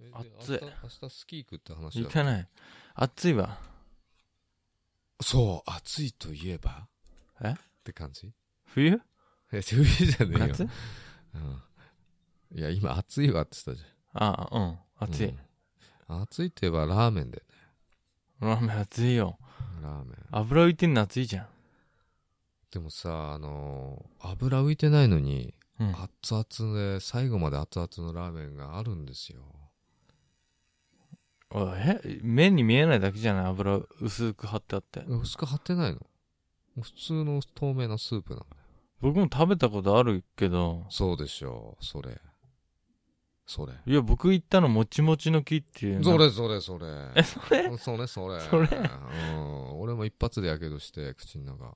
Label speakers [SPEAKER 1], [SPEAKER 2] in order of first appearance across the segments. [SPEAKER 1] えで
[SPEAKER 2] 暑い
[SPEAKER 1] 明日明日スキー行くって話
[SPEAKER 2] 行
[SPEAKER 1] だ
[SPEAKER 2] かない。暑いわ。
[SPEAKER 1] そう暑いといえば
[SPEAKER 2] え
[SPEAKER 1] って感じ
[SPEAKER 2] 冬
[SPEAKER 1] いや冬じゃねえよ
[SPEAKER 2] 夏
[SPEAKER 1] うん、いや今暑いわって言ったじ
[SPEAKER 2] ああ、うん。
[SPEAKER 1] ゃん
[SPEAKER 2] 暑い。
[SPEAKER 1] うん暑いといえばラーメンだよね
[SPEAKER 2] ラーメン暑いよ。
[SPEAKER 1] ラーメン
[SPEAKER 2] 油浮いてんの暑いじゃん。
[SPEAKER 1] でもさあのー油浮いてないのに
[SPEAKER 2] うん。
[SPEAKER 1] 熱々で最後まで熱々のラーメンがあるんですよ
[SPEAKER 2] おいえ目に見えないだけじゃない油薄く張ってあって。
[SPEAKER 1] 薄く張ってないの普通の透明なスープなの
[SPEAKER 2] 僕も食べたことあるけど、
[SPEAKER 1] そうでしょうそれそれ
[SPEAKER 2] いや、僕行ったのもちもちの木っていう。
[SPEAKER 1] そ。れそれそれ
[SPEAKER 2] え、それ
[SPEAKER 1] それそれ
[SPEAKER 2] それ
[SPEAKER 1] うん俺も一発でやけどして口の中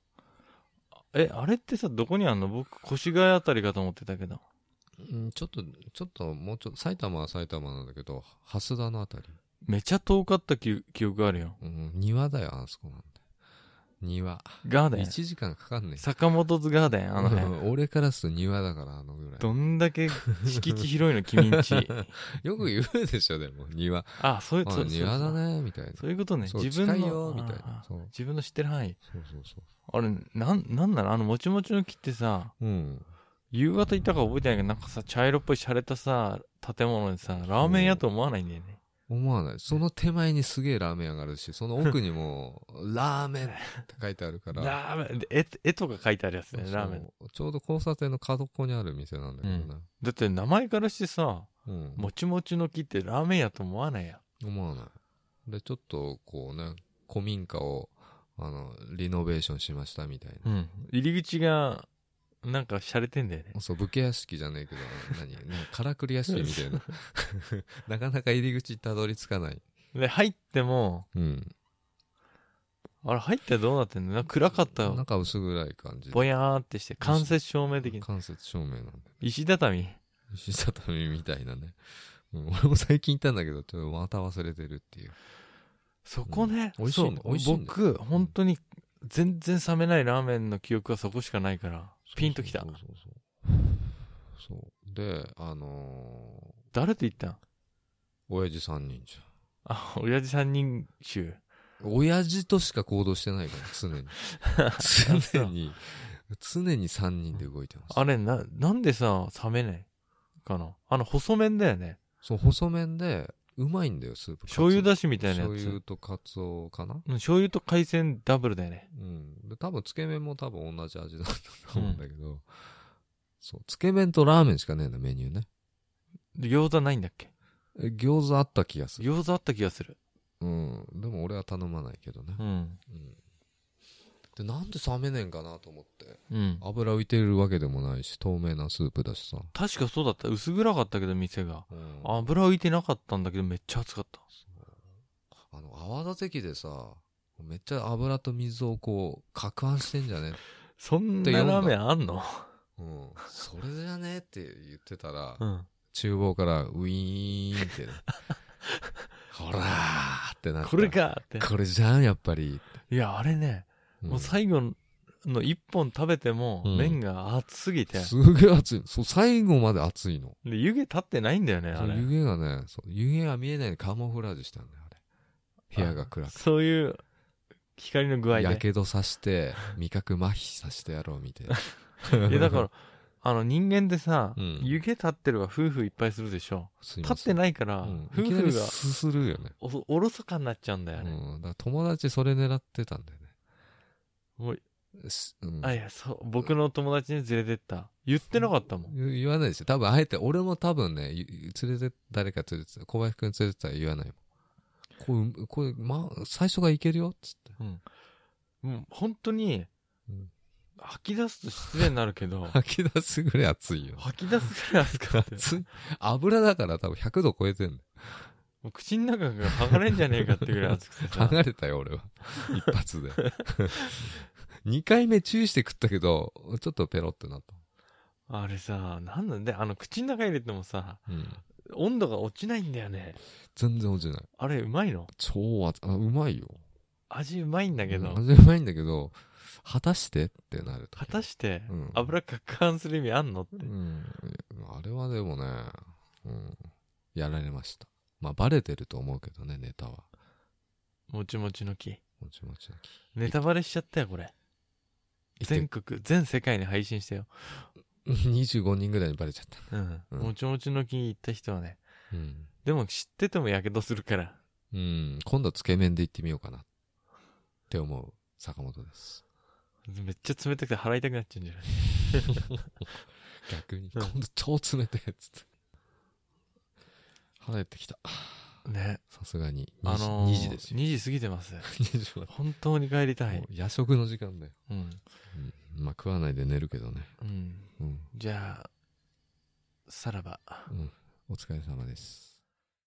[SPEAKER 2] え、あれってさ、どこにあんの僕、越谷あたりかと思ってたけど。
[SPEAKER 1] うんちょっとちょっともうちょっと埼玉は埼玉なんだけど蓮田のあたり、
[SPEAKER 2] めちゃ遠かった記記憶あるよ。
[SPEAKER 1] うん、庭だよあそこなんだよ庭
[SPEAKER 2] ガーデン。
[SPEAKER 1] 1時間かかんねえ
[SPEAKER 2] 坂本図ガーデン、あの辺。
[SPEAKER 1] うん俺からすると庭だからあのぐらい
[SPEAKER 2] どんだけ敷地広いの、君ん ち。
[SPEAKER 1] よく言うでしょでも庭
[SPEAKER 2] あ、 そういう、
[SPEAKER 1] あ
[SPEAKER 2] そうそう
[SPEAKER 1] 庭だ。ねみたいな
[SPEAKER 2] そういうことね。
[SPEAKER 1] そう
[SPEAKER 2] 自分の。
[SPEAKER 1] 近いよみたい
[SPEAKER 2] あ
[SPEAKER 1] な
[SPEAKER 2] あ
[SPEAKER 1] そう
[SPEAKER 2] 自分の知ってる範囲。
[SPEAKER 1] そうそうそ
[SPEAKER 2] あれ、なん、なんなのあの、もちもちの木ってさ、
[SPEAKER 1] ううん
[SPEAKER 2] 夕方行ったか覚えてないけど、なんかさ、茶色っぽい洒落たさ、建物にさ、ラーメン屋と思わないんだよね。
[SPEAKER 1] 思わないその手前にすげえラーメン屋があるしその奥に もラーメンって書いてあるから
[SPEAKER 2] ラーメン、で絵、絵とか書いてあるやつ
[SPEAKER 1] そう
[SPEAKER 2] ね、
[SPEAKER 1] そう
[SPEAKER 2] ラーメン。
[SPEAKER 1] ちょうど交差点の角っこにある店なんだけどね、
[SPEAKER 2] だって名前からしてさ、
[SPEAKER 1] うん
[SPEAKER 2] もちもちの木ってラーメン屋と思わないやん。
[SPEAKER 1] 思わないでちょっとこうね古民家をあのリノベーションしましたみたいな、
[SPEAKER 2] うん。入り口が、なんか洒落てんだよね。
[SPEAKER 1] そう武家屋敷じゃねえけど 何なんかからくり屋敷みたいな なかなか入り口たどり着かない
[SPEAKER 2] で、入っても、
[SPEAKER 1] うん
[SPEAKER 2] あれ入ってどうなってんのなんか暗かったよ。
[SPEAKER 1] 中薄暗い感じで
[SPEAKER 2] ぼやーってして、間接照明的に。
[SPEAKER 1] 間接照明なんで
[SPEAKER 2] 石畳。
[SPEAKER 1] 石畳みたいなね、うん、俺も最近行ったんだけどちょっとまた忘れてるっていう
[SPEAKER 2] そこね、
[SPEAKER 1] うん美味しいね
[SPEAKER 2] そう
[SPEAKER 1] 美味しいね
[SPEAKER 2] 僕、本当に全然冷めないラーメンの記憶はそこしかないから、ピンときた
[SPEAKER 1] そう。そうそうそうであの
[SPEAKER 2] 誰と言ったん
[SPEAKER 1] ー、親父3人じゃん
[SPEAKER 2] あ、親父三人衆。
[SPEAKER 1] 親父としか行動してないから、常に。常 に、常に3人で動いてます。
[SPEAKER 2] あれ、な、なんでさ、冷めないかなあの、細麺だよね。
[SPEAKER 1] そう、細麺で、うまいんだよ、スープ。
[SPEAKER 2] 醤油
[SPEAKER 1] だ
[SPEAKER 2] だしみたいなやつ。
[SPEAKER 1] 醤
[SPEAKER 2] う
[SPEAKER 1] 油とカツオかなん
[SPEAKER 2] 醤油と海鮮ダブルだよね。
[SPEAKER 1] うん。で、多分、つけ麺も多分同じ味なんだと思うんだけど、そう、つけ麺とラーメンしかねえんだ、メニューね。
[SPEAKER 2] で餃子ないんだっけ
[SPEAKER 1] え餃子あった気がする。
[SPEAKER 2] 餃子あった気がする。
[SPEAKER 1] うん。でも俺は頼まないけどね
[SPEAKER 2] う。ん。
[SPEAKER 1] うん。で、なんで冷めねえんかなと思って。
[SPEAKER 2] うん。
[SPEAKER 1] 油浮いてるわけでもないし、透明なスープだしさ。
[SPEAKER 2] 確かそうだった。薄暗かったけど、店が。
[SPEAKER 1] うん
[SPEAKER 2] 油浮いてなかったんだけど、めっちゃ暑かった。
[SPEAKER 1] あの、泡立て器でさ、めっちゃ油と水をこう、攪拌してんじゃね
[SPEAKER 2] そん
[SPEAKER 1] って
[SPEAKER 2] な
[SPEAKER 1] 読んだ
[SPEAKER 2] ラーメンあんの
[SPEAKER 1] うん。それじゃねって言ってたら、
[SPEAKER 2] うん。
[SPEAKER 1] 厨房からウィーン って、ほらーってなった
[SPEAKER 2] これかって。
[SPEAKER 1] これじゃん、やっぱり。
[SPEAKER 2] いや、あれね、
[SPEAKER 1] うん
[SPEAKER 2] もう最後の一本食べても、
[SPEAKER 1] うん
[SPEAKER 2] 麺が熱すぎて、
[SPEAKER 1] すげえ熱い。そう、最後まで熱いの。
[SPEAKER 2] で湯気立ってないんだよね、
[SPEAKER 1] そ
[SPEAKER 2] あ
[SPEAKER 1] う
[SPEAKER 2] れ。
[SPEAKER 1] 湯気がね、そう湯気が見えないようにカモフラージュしたんだよ、あれ。部屋が暗く。
[SPEAKER 2] そういう光の具合で。
[SPEAKER 1] やけどさして、味覚麻痺さしてやろう、みた いな。
[SPEAKER 2] いや、だから、あの人間でさ、
[SPEAKER 1] うん
[SPEAKER 2] 湯気立ってるは夫婦いっぱいするでしょ。
[SPEAKER 1] すいません、
[SPEAKER 2] 立ってないから、
[SPEAKER 1] うん
[SPEAKER 2] 夫
[SPEAKER 1] いきな
[SPEAKER 2] 婦
[SPEAKER 1] り
[SPEAKER 2] が
[SPEAKER 1] すするよね。
[SPEAKER 2] おそおろそかになっちゃうんだよね。
[SPEAKER 1] うん、だから友達それ狙ってたんだよ
[SPEAKER 2] もう
[SPEAKER 1] ね。すうん
[SPEAKER 2] あ、いや、そう、僕の友達に連れてった。言ってなかったもん。
[SPEAKER 1] 言言わないですよ。多分、あえて、俺も多分ね、ゆ連れて、誰か連れてた、小林くん連れてたら言わないもん。こう、これ、ま、最初がいけるよ、っつって。
[SPEAKER 2] うん、本当に
[SPEAKER 1] うん、
[SPEAKER 2] 吐き出すと失礼になるけど、
[SPEAKER 1] 吐き出すぐらい熱いよ。
[SPEAKER 2] 吐き出すぐらい熱かったよ。
[SPEAKER 1] 熱い。油だから多分100度超えてんの。
[SPEAKER 2] もう口の中が剥がれんじゃねえかってぐらい熱くてさ
[SPEAKER 1] 剥。がれたよ、 俺は。一発で。2回目注意して食ったけど、ちょっとペロってなっ
[SPEAKER 2] あれさ、なんなんで、あの、口の中入れてもさ、
[SPEAKER 1] た。うん。
[SPEAKER 2] 温度が落ちないんだよね。
[SPEAKER 1] 全然落ちない。
[SPEAKER 2] あれ、うまいの
[SPEAKER 1] 超熱い。あ、うまいよ。
[SPEAKER 2] 味うまいんだけど、
[SPEAKER 1] うん味うまいんだけど、果たしてってなると。
[SPEAKER 2] 果たして
[SPEAKER 1] うん、
[SPEAKER 2] 油か換する意味あんのって
[SPEAKER 1] う。ん。あれはでもね、うん。やられました。まあ、バレてると思うけどね、ネタは。
[SPEAKER 2] もちもちの木。
[SPEAKER 1] もちもちの木。
[SPEAKER 2] ネタバレしちゃったよ、これ。全国、全世界に配信したよ。
[SPEAKER 1] 25人ぐらいにバレちゃった。
[SPEAKER 2] うん。
[SPEAKER 1] うん
[SPEAKER 2] もちもちの木に行った人はね。
[SPEAKER 1] うん。
[SPEAKER 2] でも知っててもやけどするから。
[SPEAKER 1] うん。今度つけ麺で行ってみようかな。って思う、坂本です。
[SPEAKER 2] めっちゃ冷たくて払いたくなっちゃうんじゃない
[SPEAKER 1] 逆に。
[SPEAKER 2] うん
[SPEAKER 1] 今度超冷たいやつって。腹減ってきた。
[SPEAKER 2] ね。
[SPEAKER 1] さすがに2時,、
[SPEAKER 2] あのー、
[SPEAKER 1] 2時ですよ。
[SPEAKER 2] 2時過ぎてます。
[SPEAKER 1] 2時は
[SPEAKER 2] 本当に帰りたい
[SPEAKER 1] もう。夜食の時間だよ。
[SPEAKER 2] うん。
[SPEAKER 1] うんまあ食わないで寝るけどね。
[SPEAKER 2] うん。
[SPEAKER 1] うん。
[SPEAKER 2] じゃあ、さらば。
[SPEAKER 1] うん。お疲れ様です。